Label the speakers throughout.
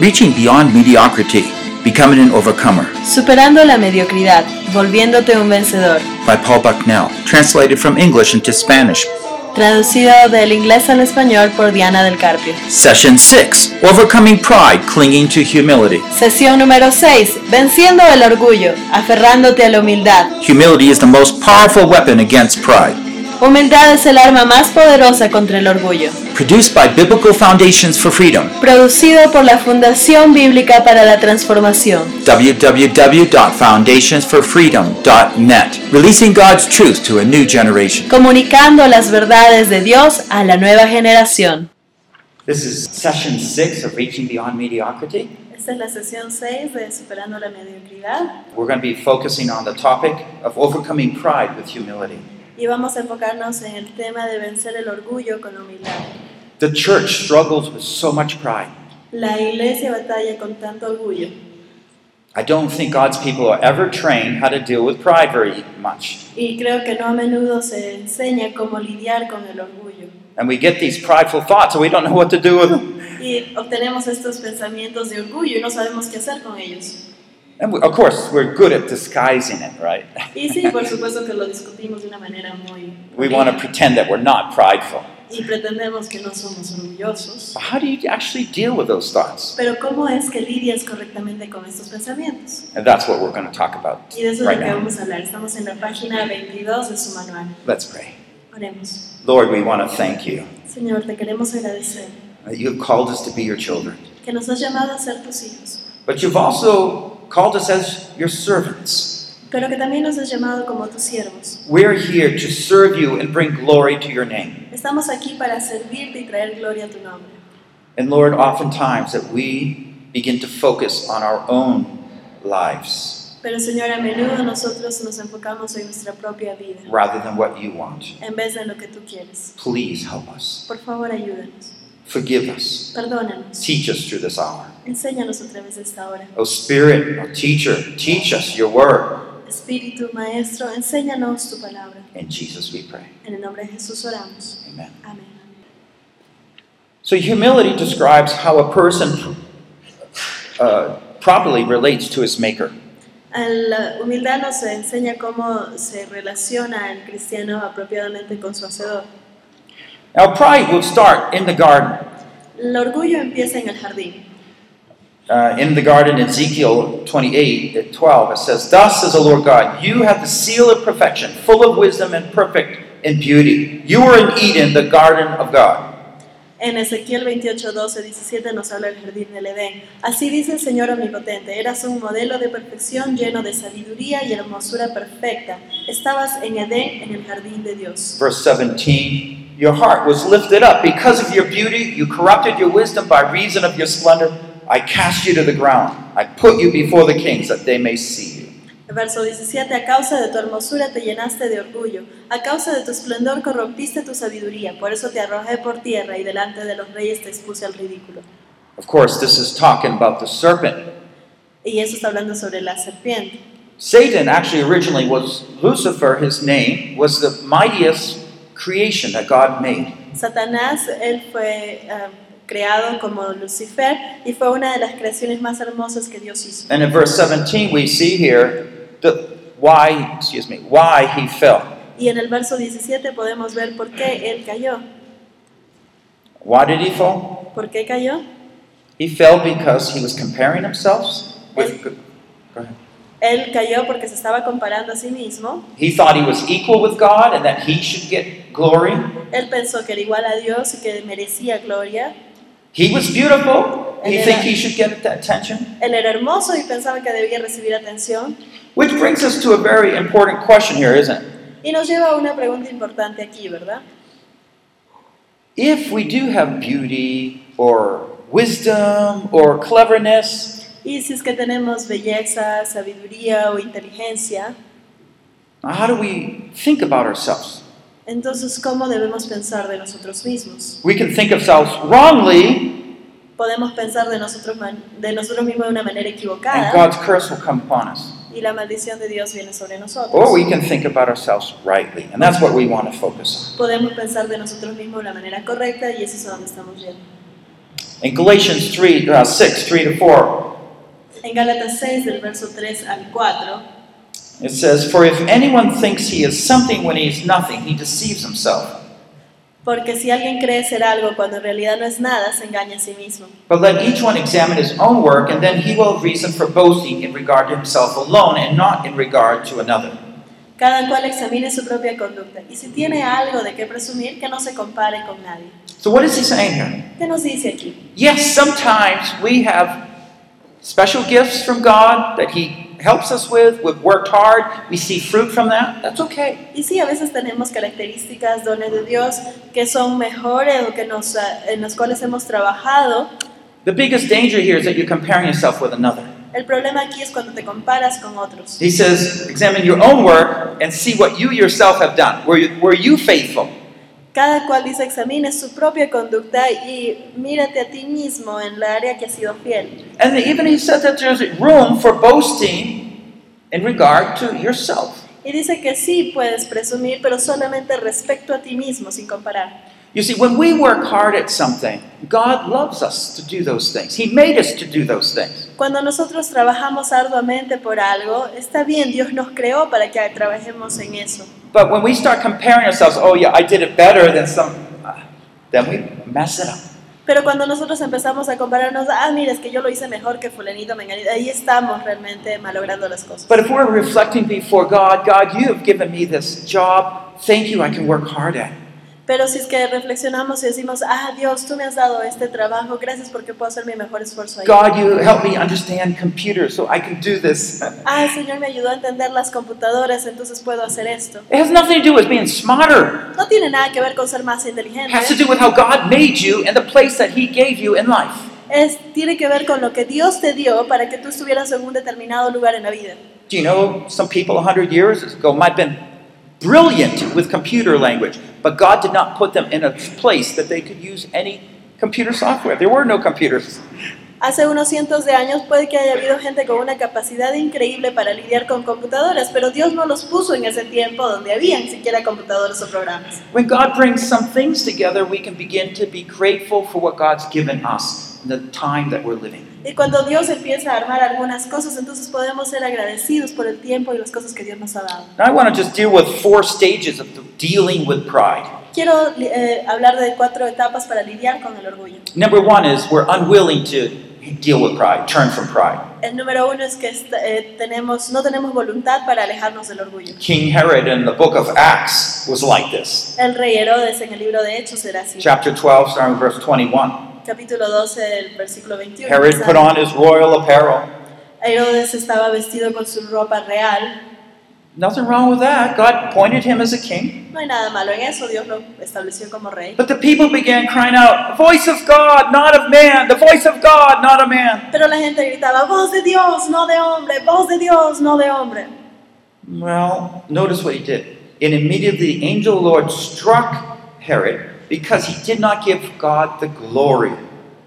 Speaker 1: Reaching beyond mediocrity, becoming an overcomer
Speaker 2: Superando la mediocridad, volviéndote un vencedor.
Speaker 1: by Paul Bucknell, translated from English into Spanish.
Speaker 2: Traducido del inglés al español por Diana del Carpio.
Speaker 1: Session 6 Overcoming Pride, Clinging to Humility.
Speaker 2: Sesión número 6. Venciendo el orgullo, aferrándote a la humildad.
Speaker 1: Humility is the most powerful weapon against pride.
Speaker 2: Humildad es el arma más poderosa contra el orgullo.
Speaker 1: Produced by Biblical Foundations for Freedom,
Speaker 2: Producido por la Fundación Bíblica para la Transformación.
Speaker 1: www.foundationsforfreedom.net. Releasing God's truth to a new generation.
Speaker 2: Comunicando las verdades de Dios a la nueva generación.
Speaker 3: This is session six of Reaching Beyond Mediocrity.
Speaker 2: Esta es la sesión 6 de Superando la Mediocridad
Speaker 3: We're going to be focusing on the topic of overcoming pride with humility.
Speaker 2: y vamos a enfocarnos en el tema de vencer el orgullo con humildad.
Speaker 3: The church struggles with so much pride.
Speaker 2: La iglesia batalla con tanto orgullo.
Speaker 3: I don't think God's people are ever trained how to deal with pride very much.
Speaker 2: Y creo que no a menudo se enseña cómo lidiar con el orgullo.
Speaker 3: And we get these prideful thoughts and we don't know what to do with them.
Speaker 2: Y obtenemos estos pensamientos de orgullo y no sabemos qué hacer con ellos.
Speaker 3: And we, of course, we're good at disguising it, right?
Speaker 2: Y sí, por supuesto que lo discutimos de una manera muy...
Speaker 3: We want to pretend that we're not prideful.
Speaker 2: Y pretendemos que no somos orgullosos.
Speaker 3: But how do you actually deal with those thoughts?
Speaker 2: Pero ¿cómo es que lidias correctamente con estos pensamientos?
Speaker 3: And that's what we're going to talk about
Speaker 2: Y de eso es
Speaker 3: right
Speaker 2: de lo que
Speaker 3: now.
Speaker 2: vamos a hablar. Estamos en la página 22 de su manual.
Speaker 3: Let's pray.
Speaker 2: Oremos.
Speaker 3: Lord, we want to thank you
Speaker 2: Señor, te queremos agradecer
Speaker 3: that you have called us to be your children.
Speaker 2: que nos has llamado a ser tus hijos,
Speaker 3: But you've also called us as your servants.
Speaker 2: pero que también nos has llamado como tus siervos.
Speaker 3: We're here to serve you and bring glory to your name.
Speaker 2: Estamos aquí para servirte y traer gloria a tu nombre.
Speaker 3: And Lord, oftentimes that we begin to focus on our own lives
Speaker 2: Pero Señor, a menudo nosotros nos enfocamos en nuestra propia vida
Speaker 3: rather than what you want.
Speaker 2: en vez de lo que tú quieres.
Speaker 3: Please help us.
Speaker 2: Por favor, ayúdanos.
Speaker 3: Forgive us.
Speaker 2: Perdónanos.
Speaker 3: Teach us through this hour.
Speaker 2: Enséñanos a través de esta hora.
Speaker 3: O Spirit, our teacher, teach us your word.
Speaker 2: Espíritu Maestro, enséñanos tu palabra.
Speaker 3: In Jesus we pray.
Speaker 2: En el nombre de Jesús oramos.
Speaker 3: Amen.
Speaker 2: Amén.
Speaker 3: So humility describes how a person uh, properly relates to his maker.
Speaker 2: A La humildad nos enseña cómo se relaciona el cristiano apropiadamente con su hacedor.
Speaker 3: Now, pride will start in the garden.
Speaker 2: El orgullo empieza en el jardín.
Speaker 3: Uh, in the garden, Ezekiel 28 at 12, it says, Thus says the Lord God, you have the seal of perfection, full of wisdom and perfect in beauty. You are in Eden, the garden of God.
Speaker 2: En Ezequiel 28, 12, 17 nos habla del jardín del Edén. Así dice el Señor Omnipotente, eras un modelo de perfección lleno de sabiduría y hermosura perfecta. Estabas en Edén, en el jardín de Dios.
Speaker 3: Verse 17, your heart was lifted up because of your beauty. You corrupted your wisdom by reason of your splendor. I cast you to the ground. I put you before the kings that they may see you.
Speaker 2: El verso 17, a causa de tu hermosura te llenaste de orgullo, a causa de tu esplendor corrompiste tu sabiduría, por eso te arrojé por tierra y delante de los reyes te expuse al ridículo.
Speaker 3: Of course, this is talking about the serpent.
Speaker 2: Y eso está hablando sobre la serpiente.
Speaker 3: Satan actually originally was Lucifer, his name, was the mightiest creation that God made.
Speaker 2: Satanás, él fue ah, creado como Lucifer y fue una de las creaciones más hermosas que Dios hizo.
Speaker 3: And in verse 17, we see here the, why, excuse me, why he fell.
Speaker 2: Y en el verso 17 podemos ver por qué él cayó.
Speaker 3: Why did he fall?
Speaker 2: ¿Por qué cayó?
Speaker 3: He fell because he was comparing himself with. Go ahead.
Speaker 2: Él cayó porque se estaba comparando a sí mismo.
Speaker 3: He thought he was equal with God and that he should get glory.
Speaker 2: Él pensó que era igual a Dios y que merecía gloria.
Speaker 3: He was beautiful. He think he should get that attention.
Speaker 2: Él era hermoso y pensaba que debía recibir atención.
Speaker 3: Which brings us to a very important question here, isn't it?
Speaker 2: Y nos lleva a una pregunta importante aquí, ¿verdad?
Speaker 3: if we do have beauty or wisdom or cleverness,
Speaker 2: Y si es que tenemos belleza, sabiduría o inteligencia,
Speaker 3: how do we think about ourselves?
Speaker 2: entonces ¿cómo debemos pensar de nosotros mismos?
Speaker 3: We can think ourselves wrongly,
Speaker 2: podemos pensar de nosotros, man- de nosotros mismos de una manera
Speaker 3: and
Speaker 2: equivocada
Speaker 3: God's curse will come upon us.
Speaker 2: y la maldición de Dios viene sobre
Speaker 3: Or
Speaker 2: nosotros.
Speaker 3: we can think about ourselves rightly, and that's what we want to focus
Speaker 2: Podemos pensar de nosotros mismos de la manera correcta y eso es a donde estamos yendo.
Speaker 3: on. In Galatians 3, uh, 6, 3 to 4,
Speaker 2: En Gálatas 6, del verso 3 al 4,
Speaker 3: it says, For if anyone thinks he is something when he is nothing, he deceives himself.
Speaker 2: porque si alguien cree ser algo cuando en realidad no es nada, se engaña a sí mismo.
Speaker 3: But let each one examine his own work, and then he will have reason for boasting in regard to himself alone and not in regard to another.
Speaker 2: Cada cual examine su propia conducta y si tiene algo de qué presumir, que no se compare con nadie.
Speaker 3: So, what is he saying here?
Speaker 2: ¿Qué nos dice aquí?
Speaker 3: Yes, sometimes we have special gifts from God that He helps us with. We've worked hard, we see fruit from that. That's okay.
Speaker 2: Y sí, a veces tenemos características, dones de Dios que son mejores o que nos, ah, en los cuales hemos trabajado.
Speaker 3: The biggest danger here is that you're comparing yourself with another.
Speaker 2: El problema aquí es cuando te comparas con otros.
Speaker 3: He says, examine your own work and see what you yourself have done. Were you, were you faithful?
Speaker 2: Cada cual dice examine su propia conducta y mírate a ti mismo en la área que has sido fiel.
Speaker 3: And even he said that there's room for boasting in regard to yourself.
Speaker 2: Y dice que sí puedes presumir, pero solamente respecto a ti mismo, sin comparar.
Speaker 3: You see, when we work hard at something, God loves us to do those things. He made us to do those things.
Speaker 2: Cuando nosotros trabajamos arduamente por algo, está bien, Dios nos creó para que trabajemos en eso.
Speaker 3: But when we start comparing ourselves, oh yeah, I did it better than some, uh, then we mess it up.
Speaker 2: Pero cuando nosotros empezamos a compararnos, ah, mira, es que yo lo hice mejor que fulanito, menganito, ahí estamos realmente malogrando las cosas.
Speaker 3: But if we're reflecting before God, God, you have given me this job. Thank you, I can work hard at. it."
Speaker 2: Pero si es que reflexionamos y decimos, ah, Dios, tú me has dado este trabajo, gracias porque puedo hacer mi mejor esfuerzo ahí.
Speaker 3: God, you help me understand computers so I can do this. It
Speaker 2: Ah, el Señor me ayudó a entender las computadoras, entonces puedo hacer esto.
Speaker 3: has nothing to do with being smarter.
Speaker 2: No tiene nada que ver con ser más
Speaker 3: It
Speaker 2: inteligente.
Speaker 3: has to do with how God made you and the place that He gave you in life.
Speaker 2: Es, tiene que ver con lo que Dios te dio para que tú estuvieras en un determinado lugar en la vida.
Speaker 3: Do you know some people 100 years ago might have been brilliant with computer language, but God did not put them in a place that they could use any computer software. There were no computers.
Speaker 2: Hace unos cientos de años puede que haya habido gente con una capacidad increíble para lidiar con computadoras, pero Dios no los puso en ese tiempo donde habían siquiera computadoras o programas.
Speaker 3: When God brings some things together, we can begin to be grateful for what God's given us in the time that we're living.
Speaker 2: Y cuando Dios empieza a armar algunas cosas, entonces podemos ser agradecidos por el tiempo y las cosas que Dios nos ha dado.
Speaker 3: Now, I want to just deal with four stages of dealing with pride.
Speaker 2: Quiero eh, hablar de cuatro etapas para lidiar con el orgullo.
Speaker 3: Number one is we're unwilling to deal with pride, turn from pride.
Speaker 2: El número uno es que est- eh, tenemos, no tenemos voluntad para alejarnos del orgullo.
Speaker 3: King Herod in the book of Acts was like this.
Speaker 2: El rey Herodes en el libro de Hechos será así.
Speaker 3: Chapter 12, starting with verse 21.
Speaker 2: Capítulo 12, del versículo 21.
Speaker 3: Herod put on his royal apparel.
Speaker 2: Herodes estaba vestido con su ropa real.
Speaker 3: Nothing wrong with that. God appointed him as a king.
Speaker 2: No hay nada malo en eso, Dios lo estableció como rey.
Speaker 3: But the people began crying out, The voice of God, not of man, the voice of God, not of man.
Speaker 2: Pero la gente gritaba, voz de Dios, no de hombre, voz de Dios, no de hombre.
Speaker 3: Well, notice what he did. And immediately the angel of the Lord struck Herod because he did not give God the glory.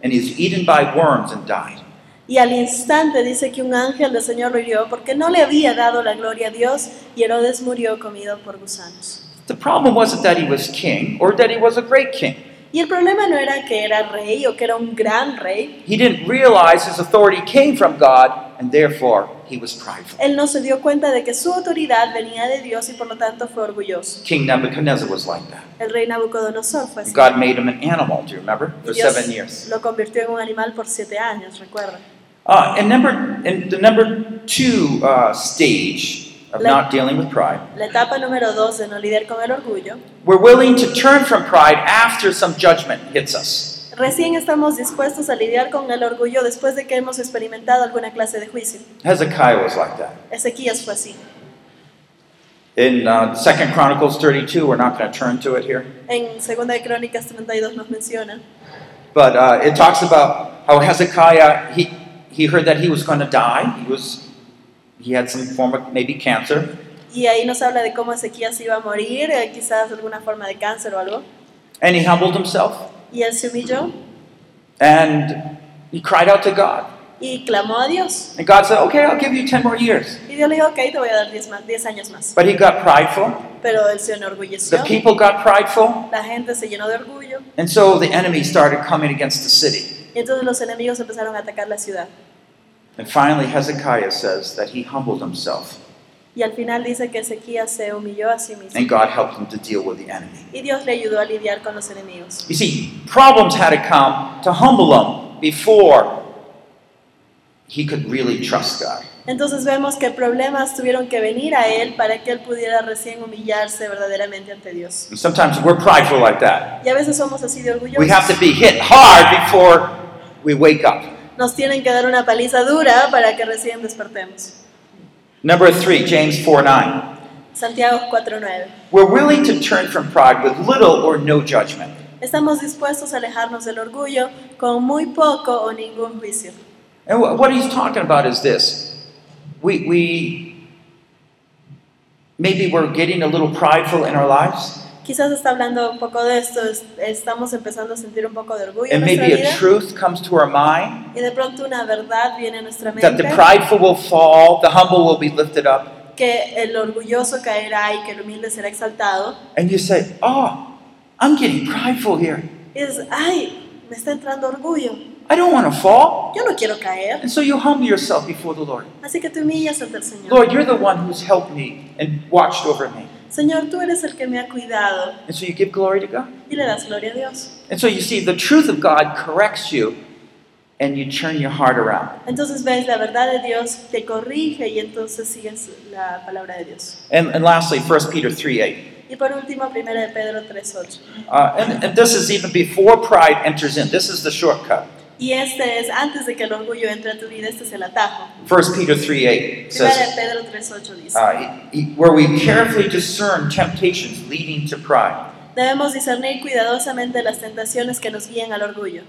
Speaker 3: And he was eaten by worms and died.
Speaker 2: Y al instante dice que un ángel del Señor lo hirió porque no le había dado la gloria a Dios y Herodes murió comido por gusanos.
Speaker 3: The problem wasn't that he was king or that he was a great king.
Speaker 2: Y el problema no era que era rey o que era un gran rey.
Speaker 3: He didn't realize his authority came from God, and therefore he was prideful.
Speaker 2: Él no se dio cuenta de que su autoridad venía de Dios y por lo tanto fue orgulloso.
Speaker 3: King Nebuchadnezzar was like that.
Speaker 2: El rey Nabucodonosor fue así.
Speaker 3: God made him an animal, do you remember? For
Speaker 2: Dios
Speaker 3: seven years.
Speaker 2: lo convirtió en un animal por siete años, recuerda.
Speaker 3: Uh, and number and the number two uh, stage of
Speaker 2: Let-
Speaker 3: not dealing with pride,
Speaker 2: La etapa número dos de no lidiar con el orgullo.
Speaker 3: we're willing to turn from pride after some judgment hits us.
Speaker 2: Recién estamos dispuestos a lidiar con el orgullo después de que hemos experimentado alguna clase de juicio.
Speaker 3: Hezekiah was like that.
Speaker 2: Ezequías fue así.
Speaker 3: In uh, Second Chronicles 32, we're not going to turn to it here,
Speaker 2: En Segunda de Crónicas 32 nos menciona.
Speaker 3: but uh, it talks about how Hezekiah he he heard that he was going to die. He was he had some form of maybe cancer.
Speaker 2: Y ahí nos habla de cómo Ezequías iba a morir, eh, quizás alguna forma de cáncer o algo.
Speaker 3: And he humbled himself
Speaker 2: Y él se humilló
Speaker 3: and he cried out to God.
Speaker 2: y clamó a Dios.
Speaker 3: And God said, Okay, I'll give you 10 more years.
Speaker 2: Y Dios le dijo, ok, te voy a dar 10 más, 10 años más.
Speaker 3: But he got prideful.
Speaker 2: Pero él se
Speaker 3: The
Speaker 2: enorgulleció.
Speaker 3: people got prideful.
Speaker 2: La gente se llenó de orgullo
Speaker 3: And so the enemy started coming against the city.
Speaker 2: y Y entonces los enemigos empezaron a atacar la ciudad.
Speaker 3: And finally, Hezekiah says that he humbled himself
Speaker 2: Y al final dice que Ezequías se humilló a sí mismo.
Speaker 3: and God helped him to deal with the enemy.
Speaker 2: Y Dios le ayudó a lidiar con los enemigos.
Speaker 3: You see, problems had to come to humble him before he could really trust God.
Speaker 2: Entonces vemos que problemas tuvieron que venir a él para que él pudiera recién humillarse verdaderamente ante Dios.
Speaker 3: And sometimes we're prideful like that.
Speaker 2: Y a veces somos así de
Speaker 3: We have
Speaker 2: orgullosos.
Speaker 3: to be hit hard before we wake up.
Speaker 2: Nos tienen que dar una paliza dura para que recién despertemos.
Speaker 3: Number three, James 4 9.
Speaker 2: Santiago 4:9.
Speaker 3: We're willing to turn from pride with little or no judgment.
Speaker 2: Estamos dispuestos a alejarnos del orgullo con muy poco o ningún juicio.
Speaker 3: And wh- what he's talking about is this. We, we maybe we're getting a little prideful in our lives,
Speaker 2: Quizás está hablando un poco de esto, es- estamos empezando a sentir un poco de orgullo en
Speaker 3: and
Speaker 2: nuestra
Speaker 3: maybe a
Speaker 2: vida
Speaker 3: truth comes to our mind.
Speaker 2: y de pronto una verdad viene a nuestra
Speaker 3: that the
Speaker 2: mente
Speaker 3: prideful will fall, the humble will be lifted up.
Speaker 2: que el orgulloso caerá y que el humilde será exaltado.
Speaker 3: And you say, Oh, I'm getting prideful here.
Speaker 2: Y dices, ay, me está entrando orgullo,
Speaker 3: I don't want to fall.
Speaker 2: yo no quiero caer.
Speaker 3: And so you humble yourself before the Lord.
Speaker 2: Así que te humillas ante el Señor.
Speaker 3: Lord, you're the one who's helped me and watched over me.
Speaker 2: Señor, tú eres el que me ha cuidado
Speaker 3: And so you give glory to God.
Speaker 2: y le das gloria a Dios.
Speaker 3: And so you see, the truth of God corrects you and you turn your heart around.
Speaker 2: Entonces ves la verdad de Dios, te corrige y entonces sigues la palabra de Dios.
Speaker 3: And, and lastly, 1 Peter 3 8.
Speaker 2: Y por último, 1 de Pedro 3.8.
Speaker 3: Uh, and, and this is even before pride enters in. This is the shortcut.
Speaker 2: Y este es, antes de que el orgullo entre a tu vida, este es el atajo.
Speaker 3: 1 Peter 3 8
Speaker 2: 1
Speaker 3: says,
Speaker 2: de Pedro 3.8 dice,
Speaker 3: uh, where we carefully discern temptations leading to pride.
Speaker 2: debemos discernir cuidadosamente las tentaciones que nos guían al orgullo.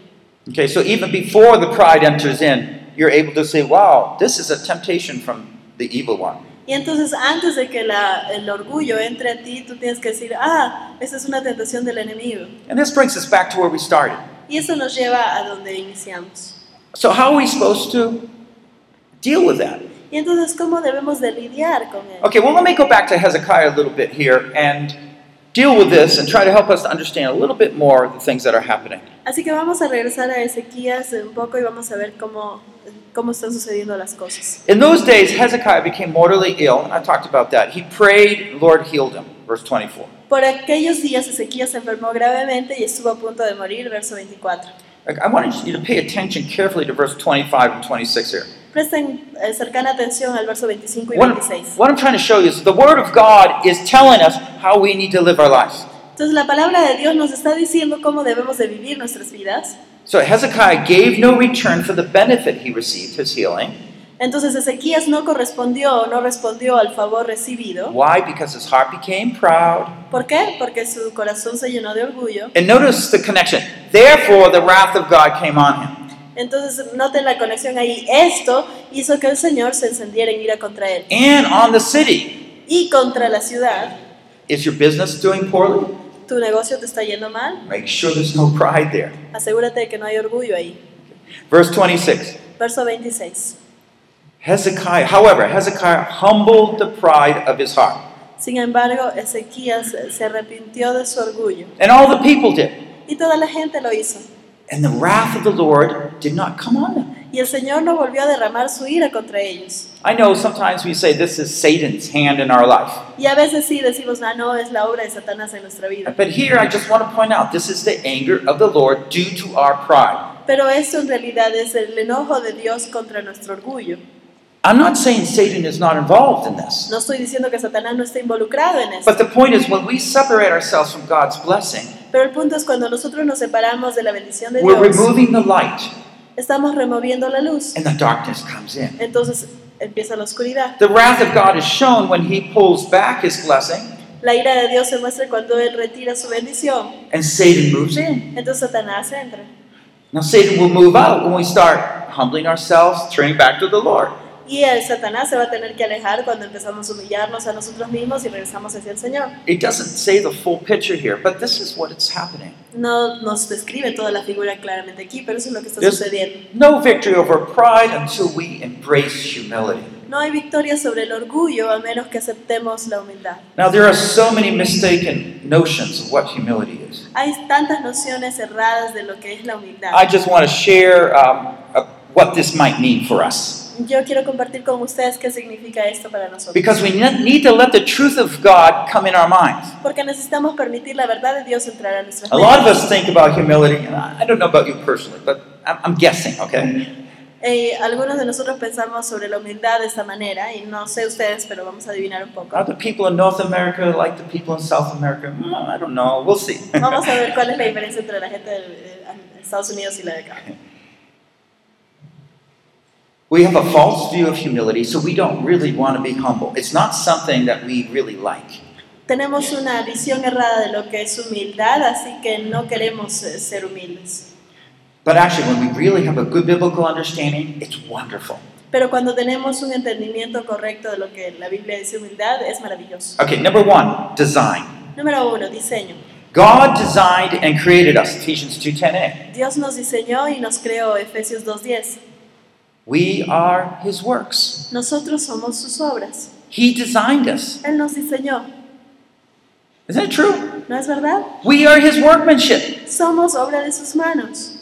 Speaker 3: Okay, so even before the pride enters in, you're able to say, wow, this is a temptation from the evil one.
Speaker 2: Y entonces antes de que la- el orgullo entre a ti, tú tienes que decir, ah, esa es una tentación del enemigo.
Speaker 3: And this brings us back to where we started.
Speaker 2: Y eso nos lleva a donde iniciamos.
Speaker 3: So, how are we supposed to deal with that?
Speaker 2: Y entonces, ¿cómo debemos de lidiar con él?
Speaker 3: Okay, well, let me go back to Hezekiah a little bit here and deal with this and try to help us to understand a little bit more of the things that are happening.
Speaker 2: Así que vamos a regresar a Ezequías un poco y vamos a ver cómo, cómo están sucediendo las cosas.
Speaker 3: In those days, Hezekiah became mortally ill. I talked about that. He prayed, Lord healed him. Verse 24.
Speaker 2: Por aquellos días Ezequías se enfermó gravemente y estuvo a punto de morir, verso 24.
Speaker 3: Like, I wanted you to pay attention carefully to verse 25 and 26 here.
Speaker 2: Presten eh, cercana atención al verso 25 y
Speaker 3: What,
Speaker 2: 26.
Speaker 3: what I'm trying to show you is the Word of God is telling us how we need to live our lives.
Speaker 2: Entonces la palabra de Dios nos está diciendo cómo debemos de vivir nuestras vidas.
Speaker 3: So Hezekiah gave no return for the benefit he received, his healing.
Speaker 2: Entonces Ezequías no correspondió o no respondió al favor recibido.
Speaker 3: Why? Because his heart became proud.
Speaker 2: ¿Por qué? Porque su corazón se llenó de orgullo.
Speaker 3: And notice the connection. Therefore, the wrath of God came on him.
Speaker 2: Entonces noten la conexión ahí. Esto hizo que el Señor se encendiera en ira contra él.
Speaker 3: And on the city.
Speaker 2: y contra la ciudad,
Speaker 3: Is your business doing poorly?
Speaker 2: tu negocio te está yendo mal,
Speaker 3: Make sure there's no pride there.
Speaker 2: asegúrate de que no hay orgullo ahí.
Speaker 3: Verse 26.
Speaker 2: Verso 26.
Speaker 3: Hezekiah, however, Hezekiah humbled the pride of his heart.
Speaker 2: Sin embargo, Ezequías se arrepintió de su orgullo
Speaker 3: And all the people did.
Speaker 2: y toda la gente lo hizo.
Speaker 3: And the wrath of the Lord did not come on them.
Speaker 2: Y el Señor no volvió a derramar su ira contra ellos.
Speaker 3: I know sometimes we say this is Satan's hand in our life.
Speaker 2: Y a veces sí decimos, ah, no, es la obra de Satanás en nuestra vida.
Speaker 3: But here I just want to point out this is the anger of the Lord due to our pride.
Speaker 2: Pero esto en realidad es el enojo de Dios contra nuestro orgullo.
Speaker 3: I'm not saying Satan is not involved in this.
Speaker 2: No estoy diciendo que Satanás no esté involucrado en esto.
Speaker 3: But the point is, when we separate ourselves from God's blessing,
Speaker 2: Pero el punto es cuando nosotros nos separamos de la bendición de
Speaker 3: we're
Speaker 2: Dios,
Speaker 3: removing the light
Speaker 2: estamos removiendo la luz.
Speaker 3: and the darkness comes in.
Speaker 2: Entonces empieza la oscuridad.
Speaker 3: The wrath of God is shown when he pulls back his blessing
Speaker 2: La ira de Dios se muestra cuando Él retira su bendición.
Speaker 3: and Satan moves in.
Speaker 2: Entonces Satanás entra.
Speaker 3: Now, Satan will move out when we start humbling ourselves, turning back to the Lord.
Speaker 2: Y el Satanás se va a tener que alejar cuando empezamos a humillarnos a nosotros mismos y regresamos hacia el Señor.
Speaker 3: It doesn't say the full picture here, but this is what it's happening.
Speaker 2: No nos describe toda la figura claramente aquí, pero eso es lo que está
Speaker 3: Yes.
Speaker 2: sucediendo.
Speaker 3: No victory over pride until we embrace humility.
Speaker 2: No hay victoria sobre el orgullo a menos que aceptemos la humildad.
Speaker 3: Now, there are so many mistaken notions of what humility is.
Speaker 2: Hay tantas nociones erradas de lo que es la humildad.
Speaker 3: I just want to share um, uh, what this might mean for us.
Speaker 2: Yo quiero compartir con ustedes qué significa esto para nosotros.
Speaker 3: Because we ne- need to let the truth of God come in our minds.
Speaker 2: Porque necesitamos permitir la verdad de Dios entrar a nuestras
Speaker 3: A lot of
Speaker 2: vidas.
Speaker 3: us think about humility, and I I don't know about you personally, but I'm, I'm guessing, okay?
Speaker 2: Eh, algunos de nosotros pensamos sobre la humildad de esta manera, y no sé ustedes, pero vamos a adivinar un poco.
Speaker 3: Are the people in North America like the people in South America? Mm, I don't know. We'll see.
Speaker 2: Vamos a ver cuál es la diferencia entre la gente de de Estados Unidos y la de acá.
Speaker 3: we have a false view of humility, so we don't really want to be humble. It's not something that we really like.
Speaker 2: Tenemos una visión errada de lo que es humildad, así que no queremos eh, ser humildes.
Speaker 3: But actually, when we really have a good biblical understanding, it's wonderful.
Speaker 2: Pero cuando tenemos un entendimiento correcto de lo que la Biblia dice humildad, es maravilloso.
Speaker 3: Okay, number one, design.
Speaker 2: Número uno, diseño.
Speaker 3: God designed and created us, Ephesians 2.10a.
Speaker 2: Dios nos diseñó y nos creó, Efesios 2.10.
Speaker 3: We are his works.
Speaker 2: Nosotros somos sus obras.
Speaker 3: He designed us.
Speaker 2: Él nos diseñó,
Speaker 3: Isn't it true?
Speaker 2: ¿no es verdad?
Speaker 3: We are his workmanship.
Speaker 2: Somos obra de sus manos.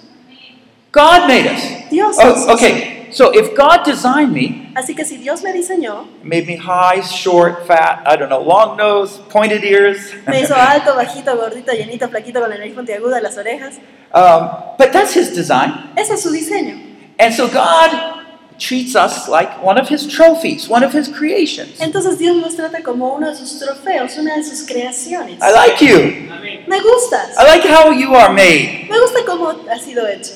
Speaker 3: God made us.
Speaker 2: Dios nos hizo.
Speaker 3: Oh, okay, so if God designed me,
Speaker 2: Así que si Dios me diseñó,
Speaker 3: made me high, short, fat, I don't know, long nose, pointed ears.
Speaker 2: me hizo alto, bajito, gordito, llenito, flaquito, con la nariz puntiaguda, las orejas,
Speaker 3: um, but that's his design.
Speaker 2: ese es su diseño.
Speaker 3: And so God treats us like one of his trophies, one of his creations.
Speaker 2: Entonces Dios nos trata como uno de sus trofeos, una de sus creaciones.
Speaker 3: I like you.
Speaker 2: Me gustas,
Speaker 3: I like how you are made.
Speaker 2: me gusta cómo ha sido hecho.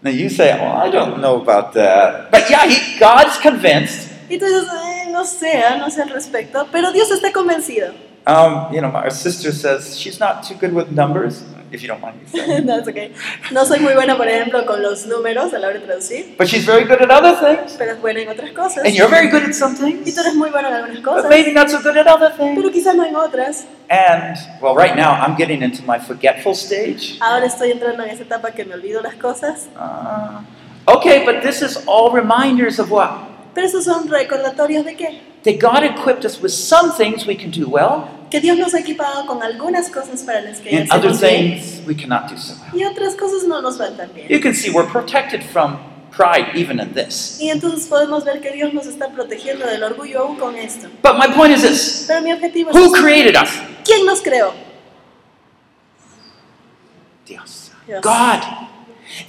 Speaker 3: Now you say, well, I don't know about that. But yeah, he, God's convinced.
Speaker 2: Y tú dices, "Eh, no sé, ah, no sé al respecto, pero Dios está convencido.
Speaker 3: Um, you know, our sister says she's not too good with numbers, if you don't mind me saying.
Speaker 2: That's okay. No soy muy buena, por ejemplo, con los números a la hora de traducir,
Speaker 3: But she's very good at other things.
Speaker 2: pero es buena en otras cosas.
Speaker 3: And you're very good at some things.
Speaker 2: Y tú eres muy buena en algunas
Speaker 3: But
Speaker 2: cosas,
Speaker 3: maybe not so good at other things.
Speaker 2: pero quizás no en otras.
Speaker 3: And, well, right now I'm getting into my forgetful stage.
Speaker 2: Ahora estoy entrando en esa etapa que me olvido las cosas,
Speaker 3: Uh, okay, but this is all reminders of what?
Speaker 2: pero esos son recordatorios de qué?
Speaker 3: That God equipped us with some things we can do well,
Speaker 2: Que Dios nos ha equipado con algunas cosas para las que
Speaker 3: and other
Speaker 2: hacemos bien,
Speaker 3: things we cannot do so well.
Speaker 2: y otras cosas no nos van tan bien.
Speaker 3: You can see we're protected from pride even in this.
Speaker 2: Y entonces podemos ver que Dios nos está protegiendo del orgullo aún con esto.
Speaker 3: But my point is this
Speaker 2: Pero mi objetivo
Speaker 3: Who
Speaker 2: es,
Speaker 3: created us?
Speaker 2: ¿quién nos creó?
Speaker 3: Dios.
Speaker 2: Dios.
Speaker 3: God.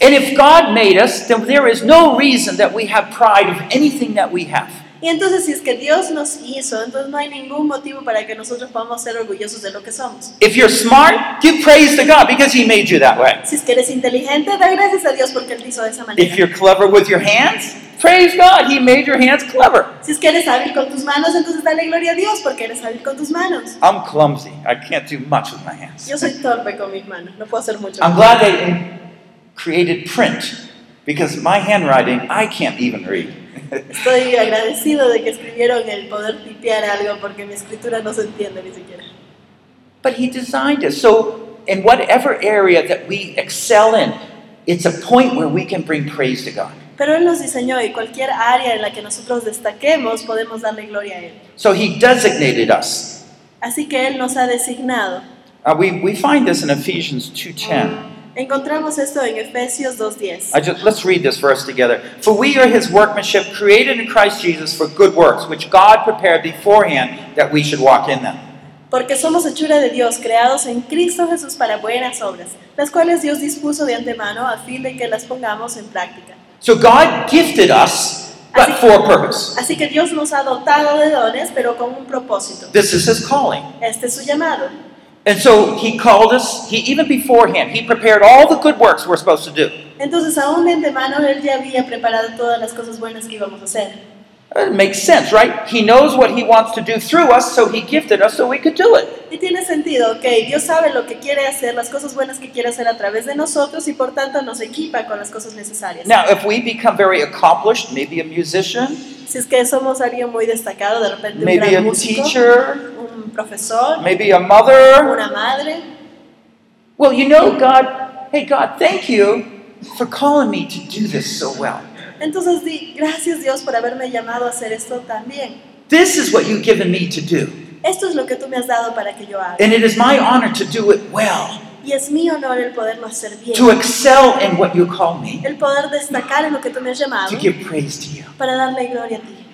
Speaker 3: And if God made us, then there is no reason that we have pride of anything that we have.
Speaker 2: Y entonces si es que Dios nos hizo, entonces no hay ningún motivo para que nosotros podamos ser orgullosos de lo que somos.
Speaker 3: If you're smart, give praise to God because He made you that way.
Speaker 2: Si es que eres inteligente, da gracias a Dios porque Él te hizo de esa manera.
Speaker 3: If you're clever with your hands, praise God, He made your hands clever.
Speaker 2: Si es que eres hábil con tus manos, entonces dale gloria a Dios porque eres hábil con tus manos.
Speaker 3: I'm clumsy. I can't do much with my hands.
Speaker 2: Yo soy torpe con mis manos, no puedo hacer mucho.
Speaker 3: I'm glad they created print because my handwriting, I can't even read.
Speaker 2: Estoy agradecido de que escribieron el poder tipear algo porque mi escritura no se entiende ni siquiera.
Speaker 3: But He designed us. So, in whatever area that we excel in, it's a point where we can bring praise to God.
Speaker 2: Pero Él nos diseñó y cualquier área en la que nosotros destaquemos podemos darle gloria a Él.
Speaker 3: So, He designated us.
Speaker 2: Así que Él nos ha designado.
Speaker 3: Uh, we, we find this in Ephesians 2.10.
Speaker 2: Encontramos esto en Efesios 2.10.
Speaker 3: I just, let's read this verse together. For we are his workmanship, created in Christ Jesus for good works, which God prepared beforehand that we should walk in them.
Speaker 2: Porque somos hechura de Dios, creados en Cristo Jesús para buenas obras, las cuales Dios dispuso de antemano a fin de que las pongamos en práctica.
Speaker 3: So God gifted us, but for a purpose.
Speaker 2: Así que Dios nos ha dotado de dones, pero con un propósito.
Speaker 3: This is his calling.
Speaker 2: Este es su llamado.
Speaker 3: And so he called us, he even beforehand, he prepared all the good works we're supposed to do.
Speaker 2: Entonces, aún de antemano, Él ya había preparado todas las cosas buenas que íbamos a hacer.
Speaker 3: It makes sense, right? He knows what he wants to do through us, so he gifted us so we could do it.
Speaker 2: Y tiene sentido, ok, Dios sabe lo que quiere hacer, las cosas buenas que quiere hacer a través de nosotros y por tanto nos equipa con las cosas necesarias.
Speaker 3: Now, if we become very accomplished, maybe a musician,
Speaker 2: Si es que somos alguien muy destacado, de repente un
Speaker 3: maybe
Speaker 2: gran
Speaker 3: a
Speaker 2: músico,
Speaker 3: teacher,
Speaker 2: un profesor,
Speaker 3: maybe a mother,
Speaker 2: una madre,
Speaker 3: Well, you know, God, hey, God, thank you for calling me to do this so well.
Speaker 2: Entonces di, gracias Dios por haberme llamado a hacer esto también.
Speaker 3: This is what you've given me to do,
Speaker 2: Esto es lo que tú me has dado para que yo haga.
Speaker 3: and it is my honor to do it well,
Speaker 2: Y es mi honor el poderlo hacer bien.
Speaker 3: to excel in what you call me,
Speaker 2: El poder destacar en lo que tú me has llamado
Speaker 3: to give praise to you.
Speaker 2: para darle gloria a ti.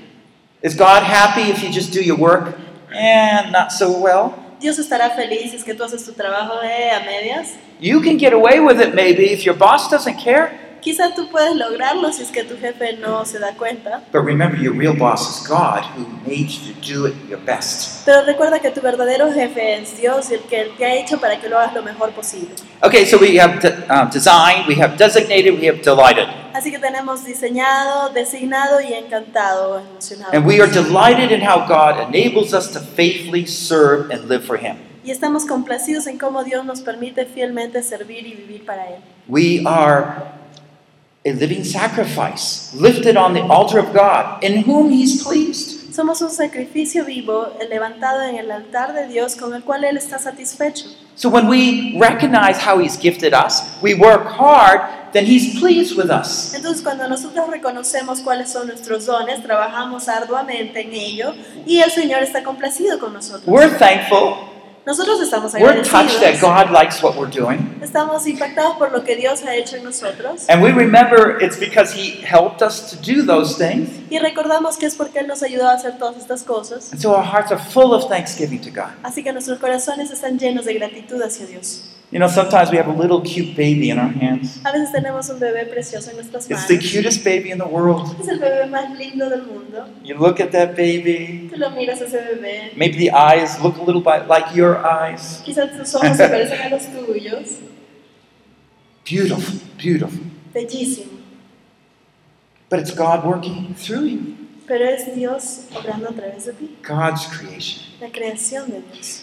Speaker 3: Is God happy if you just do your work? Eh, not so well.
Speaker 2: Dios estará feliz si es que tú haces tu trabajo eh, a medias.
Speaker 3: You can get away with it maybe if your boss doesn't care,
Speaker 2: Quizá tú puedes lograrlo si es que tu jefe no se da cuenta.
Speaker 3: but remember your real boss is God who made you to do it your best.
Speaker 2: Pero recuerda que tu verdadero jefe es Dios y el que te ha hecho para que lo hagas lo mejor posible.
Speaker 3: Okay, so we have de- um, designed, we have designated, we have delighted.
Speaker 2: Así que tenemos diseñado, designado y encantado, emocionado.
Speaker 3: And we are delighted in how God enables us to faithfully serve and live for Him.
Speaker 2: y estamos complacidos en cómo Dios nos permite fielmente servir y vivir para Él.
Speaker 3: We are a living sacrifice lifted on the altar of God, in whom He's pleased.
Speaker 2: Somos un sacrificio vivo eh, levantado en el altar de Dios con el cual Él está satisfecho.
Speaker 3: So when we recognize how He's gifted us, we work hard, then He's pleased with us.
Speaker 2: Entonces cuando nosotros reconocemos cuáles son nuestros dones, trabajamos arduamente en ello y el Señor está complacido con nosotros.
Speaker 3: We're thankful.
Speaker 2: Nosotros estamos
Speaker 3: We're touched that
Speaker 2: agradecidos,
Speaker 3: God likes what we're doing.
Speaker 2: estamos impactados por lo que Dios ha hecho en nosotros
Speaker 3: And we remember it's because He helped us to do those things.
Speaker 2: y recordamos que es porque Él nos ayudó a hacer todas estas cosas.
Speaker 3: And so our hearts are full of thanksgiving to God.
Speaker 2: Así que nuestros corazones están llenos de gratitud hacia Dios.
Speaker 3: You know, sometimes we have a little cute baby in our hands.
Speaker 2: A veces tenemos un bebé precioso en nuestras
Speaker 3: It's
Speaker 2: manos.
Speaker 3: the cutest baby in the world.
Speaker 2: Es el bebé más lindo del mundo.
Speaker 3: You look at that baby.
Speaker 2: Tú lo miras a ese bebé.
Speaker 3: Maybe the eyes look a little bit like your eyes.
Speaker 2: Quizás tus ojos se parecen a los tuyos.
Speaker 3: Beautiful, beautiful.
Speaker 2: Bellísimo.
Speaker 3: But it's God working through you.
Speaker 2: Pero es Dios obrando a través de ti.
Speaker 3: God's creation.
Speaker 2: La creación de Dios.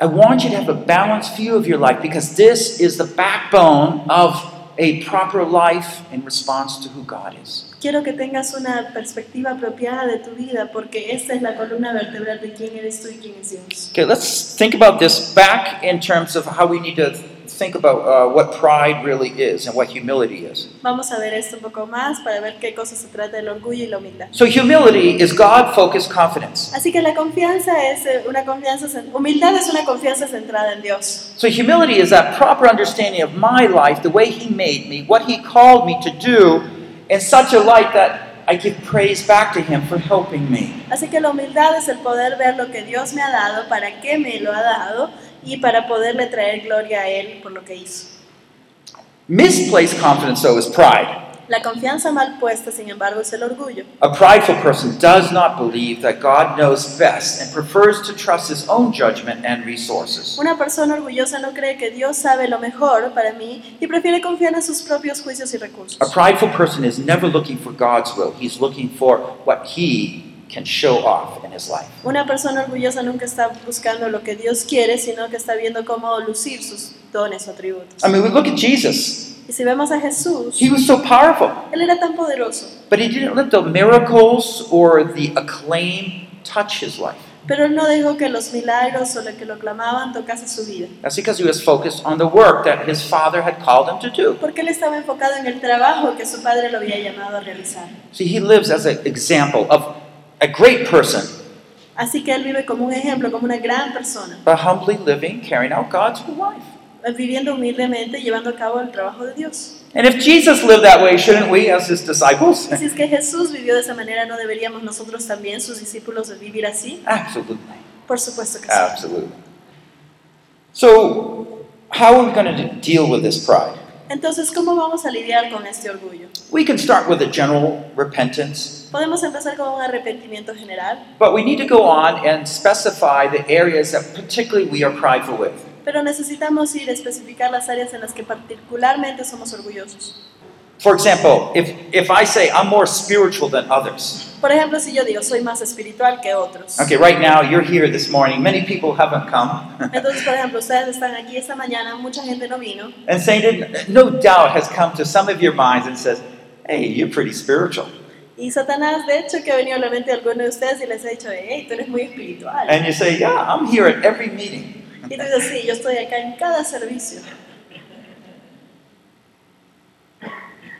Speaker 3: I want you to have a balanced view of your life because this is the backbone of a proper life in response to who God is.
Speaker 2: Quiero que tengas una perspectiva apropiada de tu vida porque esta es la columna vertebral de quién eres tú y quién es Dios.
Speaker 3: Okay, let's think about this back in terms of how we need to think about uh, what pride really is and what humility is.
Speaker 2: Vamos a ver esto un poco más para ver qué cosa se trata del orgullo y la humildad.
Speaker 3: So humility is God-focused confidence.
Speaker 2: Así que la confianza es eh, una confianza, cen- humildad es una confianza centrada en Dios.
Speaker 3: So humility is that proper understanding of my life, the way He made me, what He called me to do, in such a light that I give praise back to Him for helping me.
Speaker 2: Así que la humildad es el poder ver lo que Dios me ha dado, para qué me lo ha dado y para poderle traer gloria a Él por lo que hizo.
Speaker 3: Misplaced confidence, though, is pride.
Speaker 2: La confianza mal puesta, sin embargo, es el orgullo.
Speaker 3: A prideful person does not believe that God knows best and prefers to trust his own judgment and resources.
Speaker 2: Una persona orgullosa no cree que Dios sabe lo mejor para mí y prefiere confiar en sus propios juicios y
Speaker 3: A
Speaker 2: recursos.
Speaker 3: prideful person is never looking for God's will. He's looking for what he can show off in his life.
Speaker 2: Una persona orgullosa nunca está buscando lo que Dios quiere, sino que está viendo cómo lucir sus dones o atributos.
Speaker 3: I mean, we look at Jesus.
Speaker 2: Y si vemos a Jesús,
Speaker 3: He was so powerful.
Speaker 2: Él era tan poderoso,
Speaker 3: But he didn't let the miracles or the acclaim touch his life.
Speaker 2: pero Él no dejó que los milagros o lo que lo clamaban tocase su vida,
Speaker 3: That's because he was focused on the work that his father had called him to do.
Speaker 2: porque Él estaba enfocado en el trabajo que su padre lo había llamado a realizar.
Speaker 3: See, he lives as an example of a great person,
Speaker 2: Así que Él vive como un ejemplo, como una gran persona,
Speaker 3: but humbly living, carrying out God's will life.
Speaker 2: viviendo humildemente, llevando a cabo el trabajo de Dios.
Speaker 3: And if Jesus lived that way, shouldn't we as his disciples?
Speaker 2: Y Si es que Jesús vivió de esa manera, ¿no deberíamos nosotros también, sus discípulos, vivir así?
Speaker 3: Absolutely.
Speaker 2: Por supuesto que sí.
Speaker 3: Absolutely. So, how are we going to deal with this pride?
Speaker 2: Entonces, ¿cómo vamos a lidiar con este orgullo?
Speaker 3: We can start with a general repentance
Speaker 2: Podemos empezar con un arrepentimiento general,
Speaker 3: But we need to go on and specify the areas that particularly we are prideful with.
Speaker 2: pero necesitamos ir a especificar las áreas en las que particularmente somos orgullosos.
Speaker 3: For example, if, if I say I'm more spiritual than others,
Speaker 2: Por ejemplo, si yo digo, soy más espiritual que otros.
Speaker 3: okay, right now you're here this morning, many people haven't come.
Speaker 2: Entonces, por ejemplo, ustedes están aquí esta mañana, mucha gente no vino,
Speaker 3: and Satan, no doubt, has come to some of your minds and says, hey, you're pretty spiritual.
Speaker 2: y Satanás, de hecho, que ha venido a la mente de alguno de ustedes y les ha dicho, hey, tú eres muy espiritual.
Speaker 3: And you say, yeah, I'm here at every meeting.
Speaker 2: Y tú dices, sí, yo estoy acá en cada servicio.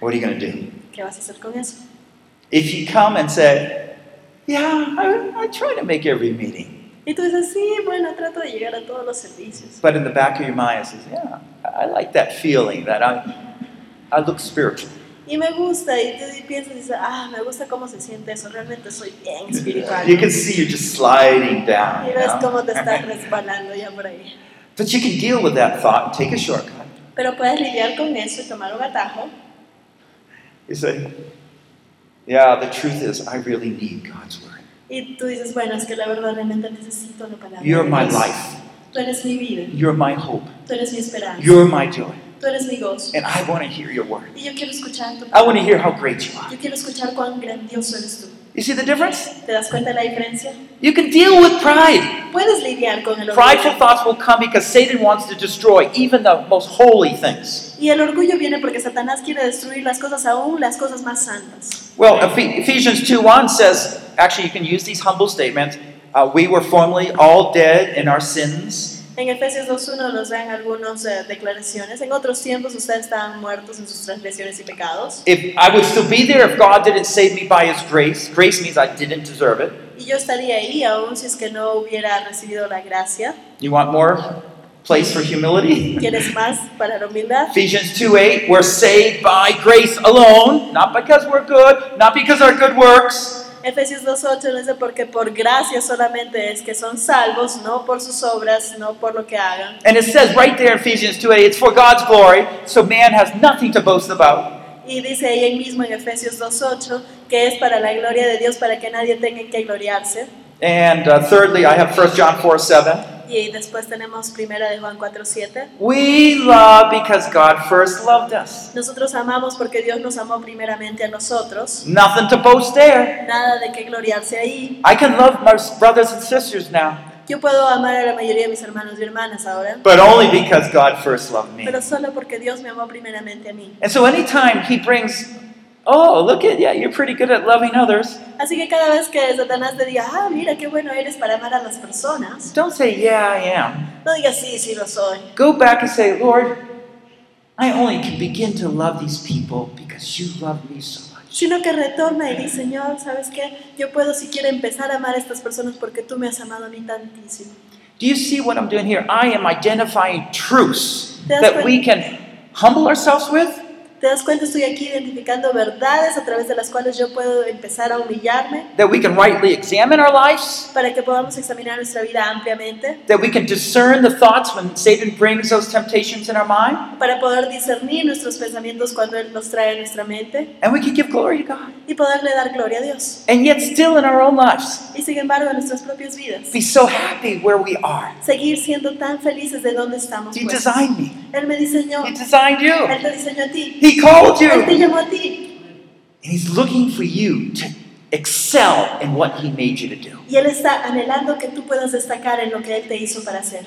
Speaker 3: What are you going to do?
Speaker 2: ¿Qué vas a hacer con eso?
Speaker 3: If you come and say, Yeah, I, I try to make every meeting,
Speaker 2: Y tú dices, sí, bueno, trato de llegar a todos los servicios.
Speaker 3: but in the back of your mind, it says, Yeah, I I like that feeling that I, I look spiritual.
Speaker 2: Y me gusta, y tú piensas, y dices, ah, me gusta cómo se siente eso, realmente soy bien espiritual.
Speaker 3: You can see you're just sliding down.
Speaker 2: Y
Speaker 3: you
Speaker 2: ves cómo te estás
Speaker 3: know?
Speaker 2: resbalando ya por ahí.
Speaker 3: but you can deal with that thought and take a shortcut.
Speaker 2: Pero puedes lidiar con eso y tomar un atajo.
Speaker 3: You say, Yeah, the truth is, I really need God's word.
Speaker 2: Y tú dices, bueno, es que la verdad realmente necesito la palabra.
Speaker 3: You're
Speaker 2: de
Speaker 3: my
Speaker 2: Dios.
Speaker 3: life.
Speaker 2: Tú eres mi vida,
Speaker 3: You're my hope.
Speaker 2: tú eres mi esperanza,
Speaker 3: You're my joy.
Speaker 2: tú eres mi gozo.
Speaker 3: And I want to hear your word.
Speaker 2: Y yo quiero escuchar tu
Speaker 3: I want to hear how great you are.
Speaker 2: Yo quiero escuchar cuán grandioso eres tú.
Speaker 3: You see the difference?
Speaker 2: ¿Te das cuenta de la diferencia?
Speaker 3: You can deal with pride.
Speaker 2: Puedes lidiar con el
Speaker 3: Prideful
Speaker 2: orgullo.
Speaker 3: thoughts will come because Satan wants to destroy even the most holy things.
Speaker 2: Y el orgullo viene porque Satanás quiere destruir las cosas, aún las cosas más santas.
Speaker 3: Well, Ephe- Ephesians 2 1 says, actually, you can use these humble statements. Uh, we were formerly all dead in our sins.
Speaker 2: En Efesios 2.1 nos dan algunas eh, declaraciones. En otros tiempos ustedes estaban muertos en sus transgresiones y pecados.
Speaker 3: If I would still be there if God didn't save me by His grace. Grace means I didn't deserve it.
Speaker 2: Y yo estaría ahí aún si es que no hubiera recibido la gracia.
Speaker 3: You want more place for humility?
Speaker 2: ¿Quieres más para la humildad?
Speaker 3: Ephesians 2 8, we're saved by grace alone, not because we're good, not because our good works.
Speaker 2: Efesios 2.8 dice, porque por gracia solamente es que son salvos, no por sus obras, no por lo que hagan.
Speaker 3: And it says right there in Ephesians 2 8, it's for God's glory, so man has nothing to boast about.
Speaker 2: Y dice ahí mismo en Efesios 2.8 que es para la gloria de Dios, para que nadie tenga que gloriarse.
Speaker 3: And uh, thirdly, I have 1 John 4 7.
Speaker 2: Y después tenemos primera de Juan 4.7.
Speaker 3: We love because God first loved us.
Speaker 2: Nosotros amamos porque Dios nos amó primeramente a nosotros.
Speaker 3: Nothing to boast there.
Speaker 2: Nada de que gloriarse ahí.
Speaker 3: I can love my brothers and sisters now,
Speaker 2: Yo puedo amar a la mayoría de mis hermanos y hermanas ahora,
Speaker 3: but only because God first loved me.
Speaker 2: pero solo porque Dios me amó primeramente a mí.
Speaker 3: And so anytime He brings, oh, look at, yeah, you're pretty good at loving others.
Speaker 2: Así que cada vez que Satanás te diga, ah, mira qué bueno eres para amar a las personas,
Speaker 3: Don't say, yeah, I am.
Speaker 2: no digas, sí, sí lo soy.
Speaker 3: Go back and say, Lord, I only can begin to love these people because you love me so much.
Speaker 2: sino que retorna y dice, Señor, ¿sabes qué? Yo puedo siquiera empezar a amar a estas personas porque tú me has amado a mí tantísimo.
Speaker 3: Do you see what I'm doing here? I am identifying truths
Speaker 2: That's
Speaker 3: that
Speaker 2: what-
Speaker 3: we can humble ourselves with,
Speaker 2: ¿Te das cuenta? Estoy aquí identificando verdades a través de las cuales yo puedo empezar a humillarme
Speaker 3: that we can rightly examine our lives,
Speaker 2: para que podamos examinar nuestra vida ampliamente,
Speaker 3: that we can discern the thoughts when Satan brings those temptations in our mind,
Speaker 2: para poder discernir nuestros pensamientos cuando Él los trae a nuestra mente
Speaker 3: and we can give glory to God.
Speaker 2: y poderle dar gloria a Dios.
Speaker 3: And yet, still in our own lives,
Speaker 2: Y sin embargo, en nuestras propias vidas,
Speaker 3: be so happy where we are.
Speaker 2: seguir siendo tan felices de donde estamos.
Speaker 3: He
Speaker 2: puestos.
Speaker 3: designed me,
Speaker 2: Él me diseñó,
Speaker 3: He
Speaker 2: Él
Speaker 3: designed you,
Speaker 2: te diseñó a ti,
Speaker 3: He called you.
Speaker 2: Él te llamó a ti.
Speaker 3: And he's looking for you to excel in what he made you to do.
Speaker 2: Y Él está anhelando que tú puedas destacar en lo que Él te hizo para hacer.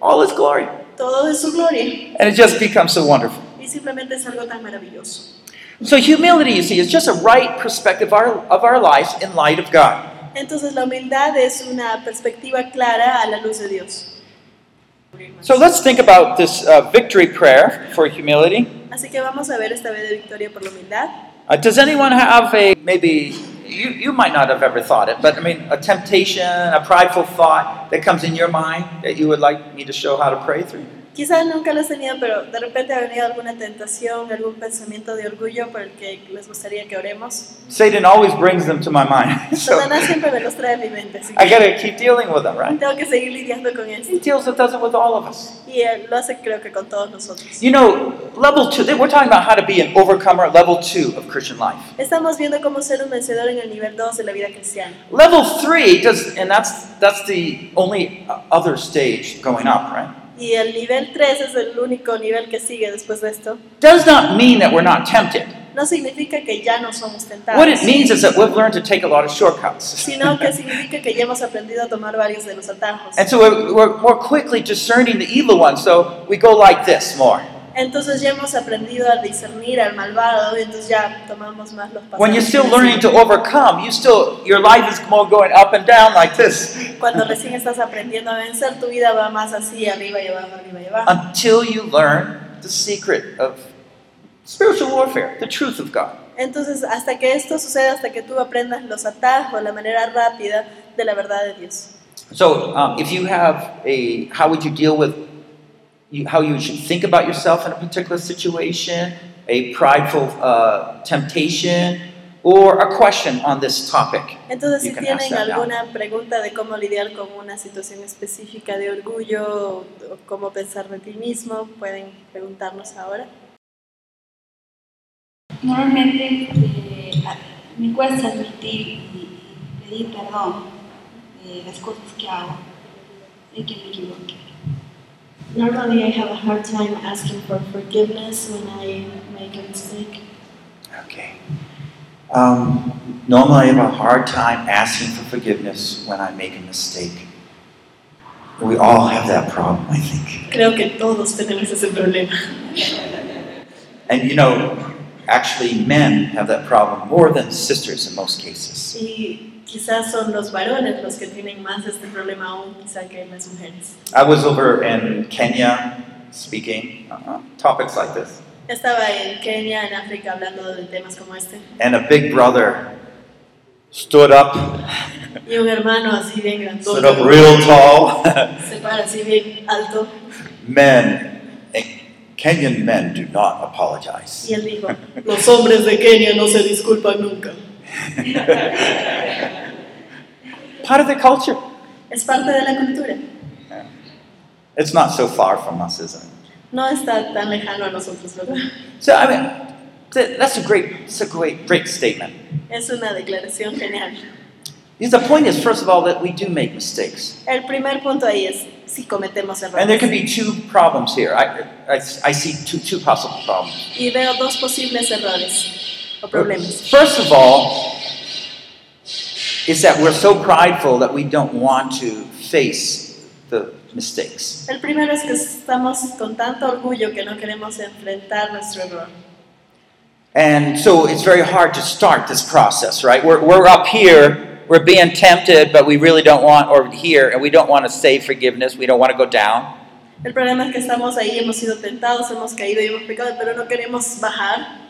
Speaker 3: All his glory.
Speaker 2: Todo es su gloria
Speaker 3: And it just becomes so wonderful.
Speaker 2: y simplemente es algo tan maravilloso.
Speaker 3: So humility, you see, is just a right perspective of our, of our lives in light of God.
Speaker 2: Entonces la humildad es una perspectiva clara a la luz de Dios.
Speaker 3: So let's think about this uh, victory prayer for humility.
Speaker 2: Así que vamos a ver esta vez de victoria por la humildad.
Speaker 3: Uh, does anyone have a, maybe, you, you might not have ever thought it, but I mean, a temptation, a prideful thought that comes in your mind that you would like me to show how to pray through?
Speaker 2: Quizás nunca lo has tenido, pero de repente ha venido alguna tentación, algún pensamiento de orgullo por el que les gustaría que oremos.
Speaker 3: Satan always brings them to my mind. So
Speaker 2: Satanás siempre me los trae a mi mente, así
Speaker 3: I
Speaker 2: que
Speaker 3: got to keep dealing with them, right?
Speaker 2: tengo que seguir lidiando con eso.
Speaker 3: He deals with us with all of us.
Speaker 2: Y él lo hace creo que con todos nosotros.
Speaker 3: You know, level two, we're talking about how to be an overcomer, level two of Christian life.
Speaker 2: Estamos viendo cómo ser un vencedor en el nivel 2 de la vida cristiana.
Speaker 3: Level three does, and that's, that's the only other stage going up, right?
Speaker 2: Y el nivel 3 es el único nivel que sigue después de esto.
Speaker 3: Does not mean that we're not tempted.
Speaker 2: No significa que ya no somos tentados,
Speaker 3: What it means is that we've learned to take a lot of shortcuts.
Speaker 2: sino que significa que ya hemos aprendido a tomar varios de los atajos.
Speaker 3: And so we're, we're more quickly discerning the evil one, so we go like this more.
Speaker 2: Entonces ya hemos aprendido a discernir al malvado y entonces ya tomamos más los pasos.
Speaker 3: When you're still learning to overcome, you still, your life is more going up and down like this
Speaker 2: Cuando recién estás aprendiendo a vencer, tu vida va más así, arriba y abajo, arriba y abajo.
Speaker 3: until you learn the secret of Spiritual warfare, the truth of God.
Speaker 2: Entonces, hasta que esto suceda, hasta que tú aprendas los atajos, la manera rápida de la verdad de Dios.
Speaker 3: So, um, if you have a, how would you deal with, you, how you should think about yourself in a particular situation, a prideful uh, temptation, or a question on this topic?
Speaker 2: Entonces,
Speaker 3: You
Speaker 2: si
Speaker 3: can ask
Speaker 2: tienen
Speaker 3: that now.
Speaker 2: alguna pregunta de cómo lidiar con una situación específica de orgullo o o cómo pensar de ti mismo, pueden preguntarnos ahora.
Speaker 4: Normalmente eh, a- me cuesta admitir y pedir perdón de las cosas que hago, de que me equivoqué.
Speaker 5: Normally, I have a hard time asking for forgiveness when I make a mistake.
Speaker 3: Okay. Um, normally, I have a hard time asking for forgiveness when I make a mistake. We all have that problem, I think.
Speaker 5: Creo que todos tenemos ese problema.
Speaker 3: And you know, actually, men have that problem more than sisters in most cases.
Speaker 2: Y quizás son los varones los que tienen más este problema aún quizá que las mujeres.
Speaker 3: I was over in Kenya speaking uh, topics like this,
Speaker 2: Estaba en Kenia, en África, hablando de temas como este.
Speaker 3: and a big brother stood up,
Speaker 2: Y un hermano así bien
Speaker 3: stood
Speaker 2: grandote,
Speaker 3: up real tall.
Speaker 2: se para así bien alto,
Speaker 3: men, and Kenyan men do not apologize.
Speaker 2: y él dijo,
Speaker 5: Los hombres de Kenia no se disculpan nunca.
Speaker 3: Part of the culture.
Speaker 2: es parte de la cultura.
Speaker 3: It's not so far from us, isn't it?
Speaker 2: No está tan lejano a nosotros, ¿verdad?
Speaker 3: So I mean, th- that's a great, it's a great, great statement.
Speaker 2: Es una declaración genial.
Speaker 3: Because the point is, first of all, that we do make mistakes,
Speaker 2: El primer punto ahí es si cometemos
Speaker 3: and there
Speaker 2: errores.
Speaker 3: can be two problems here. I, I, I see two, two possible problems.
Speaker 2: Y veo dos posibles errores o problemas.
Speaker 3: First of all, is that we're so prideful that we don't want to face the mistakes.
Speaker 2: El primero es que estamos con tanto orgullo que no queremos enfrentar nuestro error.
Speaker 3: And so it's very hard to start this process, right? We're, we're up here, we're being tempted, but we really don't want, or here, and we don't want to say forgiveness, we don't want to go down.
Speaker 2: El problema es que estamos ahí, hemos sido tentados, hemos caído y hemos pecado, pero no queremos bajar.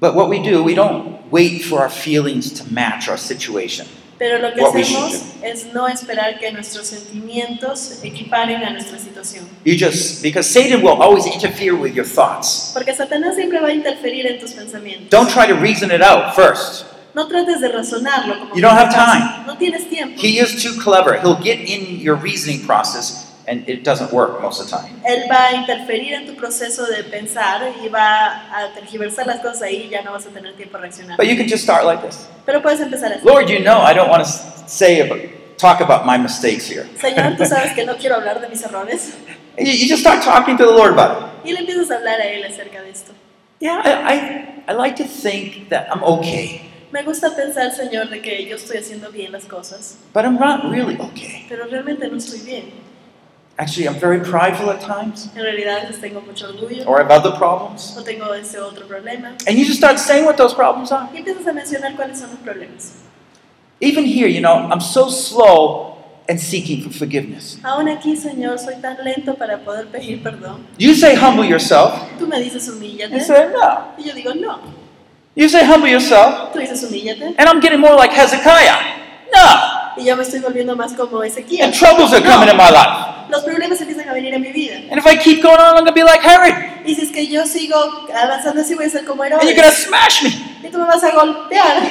Speaker 3: But what we do, we don't wait for our feelings to match our situation.
Speaker 2: Pero lo que
Speaker 3: What we
Speaker 2: hacemos
Speaker 3: should
Speaker 2: es no esperar que nuestros sentimientos equiparen a nuestra situación.
Speaker 3: You just, because Satan will always interfere with your thoughts.
Speaker 2: Porque Satanás siempre va a interferir en tus pensamientos.
Speaker 3: Don't try to reason it out first.
Speaker 2: No trates de razonarlo. Como
Speaker 3: You don't have
Speaker 2: piensas.
Speaker 3: time.
Speaker 2: No tienes tiempo.
Speaker 3: He is too clever. He'll get in your reasoning process and it doesn't work most of the time.
Speaker 2: Él va a interferir en tu proceso de pensar y va a tergiversar las cosas ahí y ya no vas a tener tiempo a reaccionar.
Speaker 3: But you can just start like this.
Speaker 2: Pero puedes empezar así.
Speaker 3: Lord, you know I don't want to say about, talk about my mistakes here.
Speaker 2: Señor, tú sabes que no quiero hablar de mis errores.
Speaker 3: You, you just start talking to the Lord about it.
Speaker 2: Y le empiezas a hablar a él acerca de esto.
Speaker 3: Yeah, I, I, I like to think that I'm okay,
Speaker 2: Me gusta pensar, Señor, de que yo estoy haciendo bien las cosas,
Speaker 3: but I'm not really okay.
Speaker 2: pero realmente no estoy bien.
Speaker 3: Actually, I'm very prideful at times
Speaker 2: En realidad, a veces tengo mucho orgullo
Speaker 3: or I have other problems.
Speaker 2: o tengo ese otro problema.
Speaker 3: And you just start saying what those problems are.
Speaker 2: Y empiezas a mencionar cuáles son los problemas.
Speaker 3: Even here, you know, I'm so slow in seeking for forgiveness.
Speaker 2: Aún aquí, Señor, soy tan lento para poder pedir perdón.
Speaker 3: You say humble yourself.
Speaker 2: Tú me dices
Speaker 3: You
Speaker 2: humíllate.
Speaker 3: say no.
Speaker 2: Y yo digo, no.
Speaker 3: You say humble yourself.
Speaker 2: Tú dices humíllate.
Speaker 3: And I'm getting more like Hezekiah. No!
Speaker 2: Y yo me estoy volviendo más como
Speaker 3: And
Speaker 2: Ezequiel.
Speaker 3: troubles are coming in my life.
Speaker 2: Los problemas empiezan a venir en mi vida.
Speaker 3: And if I keep going on, I'm going to be like Herod.
Speaker 2: Y si es que yo sigo avanzando así, voy a ser como
Speaker 3: And
Speaker 2: Herodes.
Speaker 3: you're going to smash me.
Speaker 2: Y tú me vas a golpear.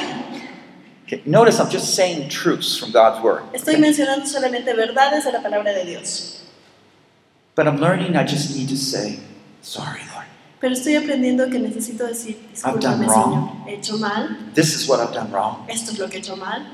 Speaker 3: Okay, notice I'm just saying truths from God's word.
Speaker 2: Estoy mencionando solamente verdades de la palabra de Dios.
Speaker 3: But I'm learning I just need to say, sorry, Lord.
Speaker 2: Pero estoy aprendiendo que necesito decir, discúlpame,
Speaker 3: I've done wrong.
Speaker 2: Señor. He hecho mal.
Speaker 3: This is what I've done wrong.
Speaker 2: Esto es lo que he hecho mal.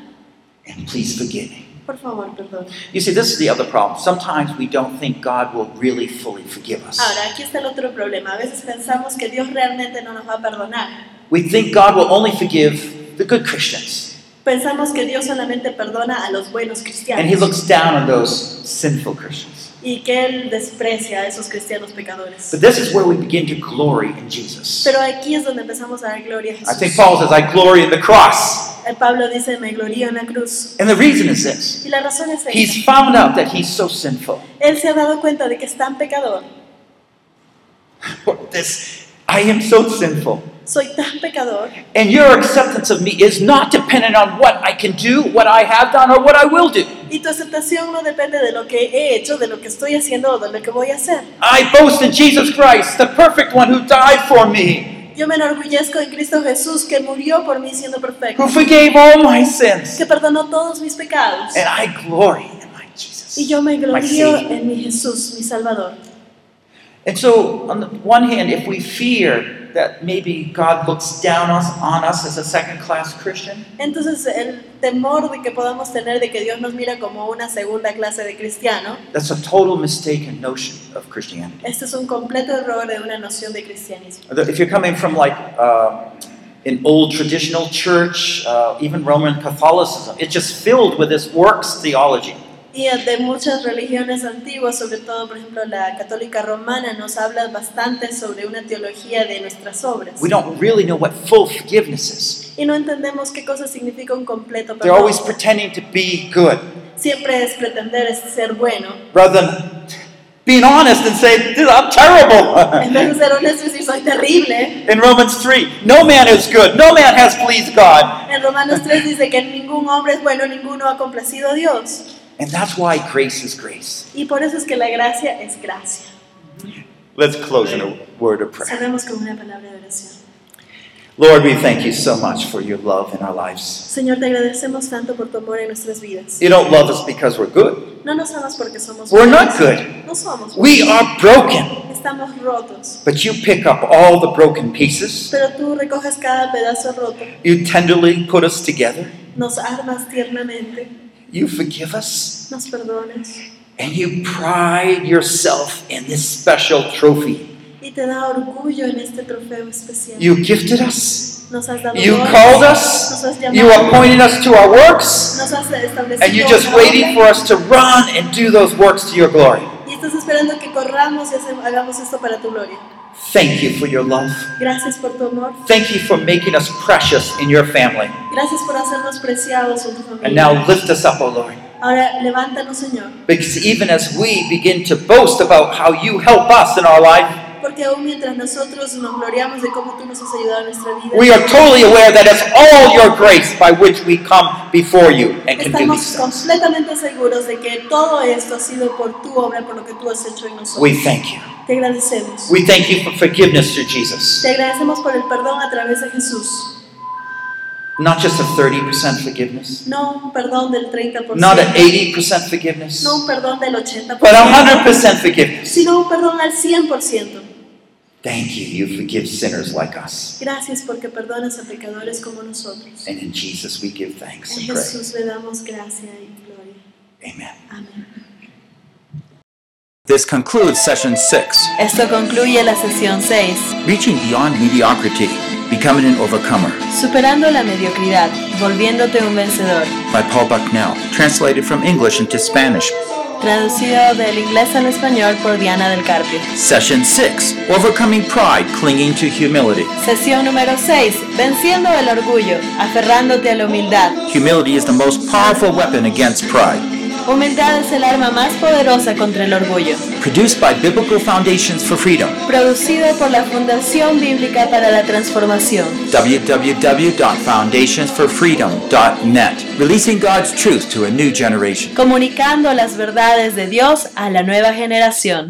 Speaker 3: And please forgive me.
Speaker 2: Por favor, perdón.
Speaker 3: You see, this is the other problem. Sometimes we don't think God will really fully forgive us.
Speaker 2: Ahora, aquí está el otro problema. A veces pensamos que Dios realmente no nos va a perdonar.
Speaker 3: We think God will only forgive the good Christians.
Speaker 2: Pensamos que Dios solamente perdona a los buenos
Speaker 3: And He
Speaker 2: cristianos.
Speaker 3: looks down on those sinful Christians.
Speaker 2: y que Él desprecia a esos cristianos pecadores.
Speaker 3: But this is where we begin to glory in Jesus.
Speaker 2: Pero aquí es donde empezamos a dar gloria a
Speaker 3: I think
Speaker 2: Jesús.
Speaker 3: Paul says, I glory in the cross.
Speaker 2: Eh, Pablo dice, me glorío en la cruz.
Speaker 3: And the reason is this
Speaker 2: Y la razón es esta.
Speaker 3: He's found out that he's so sinful.
Speaker 2: Él se ha dado cuenta de que es tan pecador.
Speaker 3: This, I am so sinful.
Speaker 2: Soy tan pecador
Speaker 3: And your acceptance of me is not dependent on what I can do, what I have done, or what I will do.
Speaker 2: y tu aceptación no depende de lo que he hecho, de lo que estoy haciendo o de lo que voy a hacer.
Speaker 3: I boast in Jesus Christ, the perfect one who died for me,
Speaker 2: Yo me enorgullezco en Cristo Jesús que murió por mí siendo perfecto,
Speaker 3: who forgave all my sins.
Speaker 2: que perdonó todos mis pecados.
Speaker 3: And I glory in my Jesus.
Speaker 2: Y yo me
Speaker 3: my
Speaker 2: glorío
Speaker 3: Savior.
Speaker 2: en mi Jesús, mi Salvador.
Speaker 3: And so, on the one hand, if we fear that maybe God looks down us, on us as a second class Christian,
Speaker 2: Entonces el temor de que podamos tener de que Dios nos mira como una segunda clase de cristiano,
Speaker 3: that's a total mistaken notion of Christianity.
Speaker 2: este es un completo error de una noción de cristianismo.
Speaker 3: If you're coming from like uh, an old traditional church, uh, even Roman Catholicism, it's just filled with this works theology.
Speaker 2: Y de muchas religiones antiguas, sobre todo por ejemplo la católica romana, nos habla bastante sobre una teología de nuestras obras.
Speaker 3: We don't really know what full forgiveness is.
Speaker 2: Y no entendemos qué cosa significa un completo
Speaker 3: They're
Speaker 2: perdón.
Speaker 3: always pretending to be good
Speaker 2: Siempre es pretender es ser bueno.
Speaker 3: rather than being honest and saying, "Dude, I'm terrible.
Speaker 2: En vez de ser honesto y decir soy terrible,
Speaker 3: In Romans 3, no man is good, no man has pleased God.
Speaker 2: en Romanos 3 dice que ningún hombre es bueno, ninguno ha complacido a Dios.
Speaker 3: And that's why grace is grace.
Speaker 2: Y por eso es que la gracia es gracia.
Speaker 3: Let's close in a word of prayer.
Speaker 2: Cerremos con una palabra de oración.
Speaker 3: Lord, we thank you so much for your love in our lives.
Speaker 2: Señor, te agradecemos tanto por tu amor en nuestras vidas.
Speaker 3: You don't love us because we're good.
Speaker 2: No nos amas porque somos
Speaker 3: We're
Speaker 2: buenos.
Speaker 3: not good.
Speaker 2: No somos
Speaker 3: We
Speaker 2: buenos.
Speaker 3: are broken.
Speaker 2: Estamos rotos.
Speaker 3: But you pick up all the broken pieces.
Speaker 2: Pero tú recoges cada pedazo roto.
Speaker 3: You tenderly put us together.
Speaker 2: Nos armas tiernamente.
Speaker 3: You forgive us.
Speaker 2: Nos perdonas.
Speaker 3: And you pride yourself in this special trophy.
Speaker 2: Y te da orgullo en este trofeo especial.
Speaker 3: You gifted us.
Speaker 2: nos has dado
Speaker 3: You
Speaker 2: dones.
Speaker 3: called us.
Speaker 2: Nos has llamado.
Speaker 3: You appointed us to our works.
Speaker 2: nos has establecido.
Speaker 3: And you're just
Speaker 2: una
Speaker 3: waiting for
Speaker 2: orden.
Speaker 3: us to run and do those works to your glory.
Speaker 2: Y estás esperando que corramos y hace- hagamos esto para tu gloria.
Speaker 3: Thank you for your love.
Speaker 2: Gracias por tu amor.
Speaker 3: Thank you for making us precious in your family.
Speaker 2: Gracias por hacernos preciados en tu familia.
Speaker 3: And now lift us up, O Lord.
Speaker 2: Ahora levántanos, Señor,
Speaker 3: Because even as we begin to boast about how you help us in our life,
Speaker 2: porque aún mientras nosotros nos gloriamos de cómo tú nos has ayudado en nuestra vida,
Speaker 3: we are totally aware that it's all your grace by which we come before you and can do
Speaker 2: estamos
Speaker 3: these things.
Speaker 2: completamente seguros de que todo esto ha sido por tu obra, por lo que tú has hecho en nosotros.
Speaker 3: We thank you.
Speaker 2: Te agradecemos.
Speaker 3: We thank you for forgiveness through Jesus.
Speaker 2: Te agradecemos por el perdón a través de Jesús.
Speaker 3: Not just a 30% forgiveness,
Speaker 2: No un perdón del 30%,
Speaker 3: not an 80% forgiveness,
Speaker 2: no un perdón del 80%,
Speaker 3: but a 100% forgiveness.
Speaker 2: sino un perdón al 100%.
Speaker 3: Thank you. You forgive sinners like us.
Speaker 2: Gracias porque perdonas a pecadores como nosotros.
Speaker 3: And in Jesus we give thanks
Speaker 2: A
Speaker 3: and pray.
Speaker 2: Jesús le damos gracia y gloria.
Speaker 3: Amen.
Speaker 2: Amén.
Speaker 1: This concludes session six
Speaker 6: Esto concluye la sesión 6,
Speaker 1: Reaching Beyond Mediocrity, Becoming an Overcomer
Speaker 6: Superando la mediocridad, volviéndote un vencedor,
Speaker 1: by Paul Bucknell, translated from English into Spanish.
Speaker 6: traducido del inglés al español por Diana del Carpio.
Speaker 1: Session six Overcoming Pride, Clinging to Humility.
Speaker 6: Sesión número 6, venciendo el orgullo, aferrándote a la humildad.
Speaker 1: Humility is the most powerful weapon against pride.
Speaker 6: Humildad es el arma más poderosa contra el orgullo.
Speaker 1: Produced by Biblical Foundations for Freedom,
Speaker 6: Producido por la Fundación Bíblica para la Transformación.
Speaker 1: www.foundationsforfreedom.net, releasing God's truth to a new generation.
Speaker 6: Comunicando las verdades de Dios a la nueva generación.